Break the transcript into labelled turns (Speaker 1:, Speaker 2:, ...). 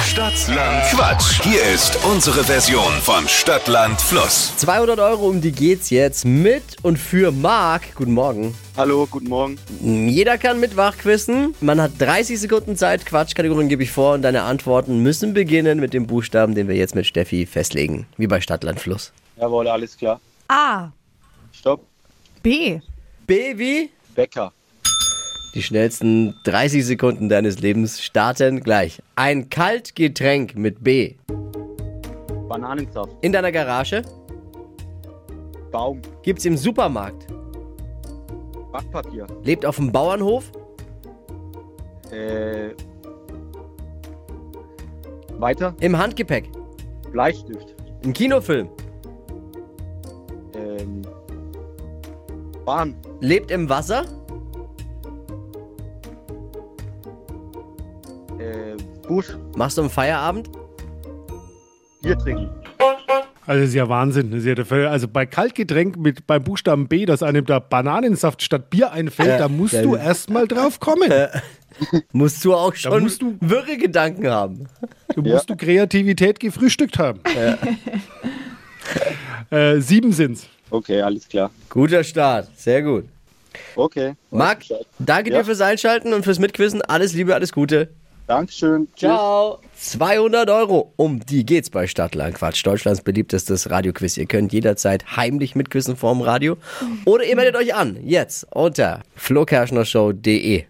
Speaker 1: Stadtland Quatsch. Hier ist unsere Version von Stadtland Fluss.
Speaker 2: 200 Euro, um die geht's jetzt mit und für Marc. Guten Morgen.
Speaker 3: Hallo, guten Morgen.
Speaker 2: Jeder kann mit wachquissen. Man hat 30 Sekunden Zeit. Quatschkategorien gebe ich vor und deine Antworten müssen beginnen mit dem Buchstaben, den wir jetzt mit Steffi festlegen. Wie bei Stadtland Fluss.
Speaker 3: Jawohl, alles klar.
Speaker 4: A.
Speaker 3: Stopp.
Speaker 4: B.
Speaker 2: B wie?
Speaker 3: Bäcker.
Speaker 2: Die schnellsten 30 Sekunden deines Lebens starten gleich. Ein Kaltgetränk mit B.
Speaker 3: Bananensaft.
Speaker 2: In deiner Garage
Speaker 3: Baum.
Speaker 2: gibt's im Supermarkt.
Speaker 3: Backpapier.
Speaker 2: Lebt auf dem Bauernhof.
Speaker 3: Äh. Weiter.
Speaker 2: Im Handgepäck.
Speaker 3: Bleistift.
Speaker 2: Im Kinofilm.
Speaker 3: Ähm. Bahn.
Speaker 2: Lebt im Wasser.
Speaker 3: Äh. Busch.
Speaker 2: Machst du am Feierabend?
Speaker 3: Bier trinken.
Speaker 5: Also das ist ja Wahnsinn. Das ist ja der Fall. Also bei Kaltgetränk mit beim Buchstaben B, dass einem da Bananensaft statt Bier einfällt,
Speaker 2: Ja,
Speaker 5: da musst
Speaker 2: ja.
Speaker 5: du erstmal drauf kommen.
Speaker 2: Musst du auch schon
Speaker 5: musst du-
Speaker 2: wirre Gedanken haben.
Speaker 5: Du musst du Kreativität gefrühstückt haben. äh, sieben sind's.
Speaker 3: Okay, alles klar.
Speaker 2: Guter Start, sehr gut.
Speaker 3: Okay.
Speaker 2: Marc,
Speaker 3: Bescheid.
Speaker 2: danke
Speaker 3: Ja.
Speaker 2: dir fürs Einschalten und fürs Mitquissen. Alles Liebe, alles Gute.
Speaker 3: Dankeschön. Tschüss.
Speaker 2: Ciao. 200 Euro, um die geht's bei Stadtland Quatsch. Deutschlands beliebtestes Radioquiz. Ihr könnt jederzeit heimlich mitquissen vorm Radio. Oder ihr meldet euch an, jetzt unter flokerschnershow.de.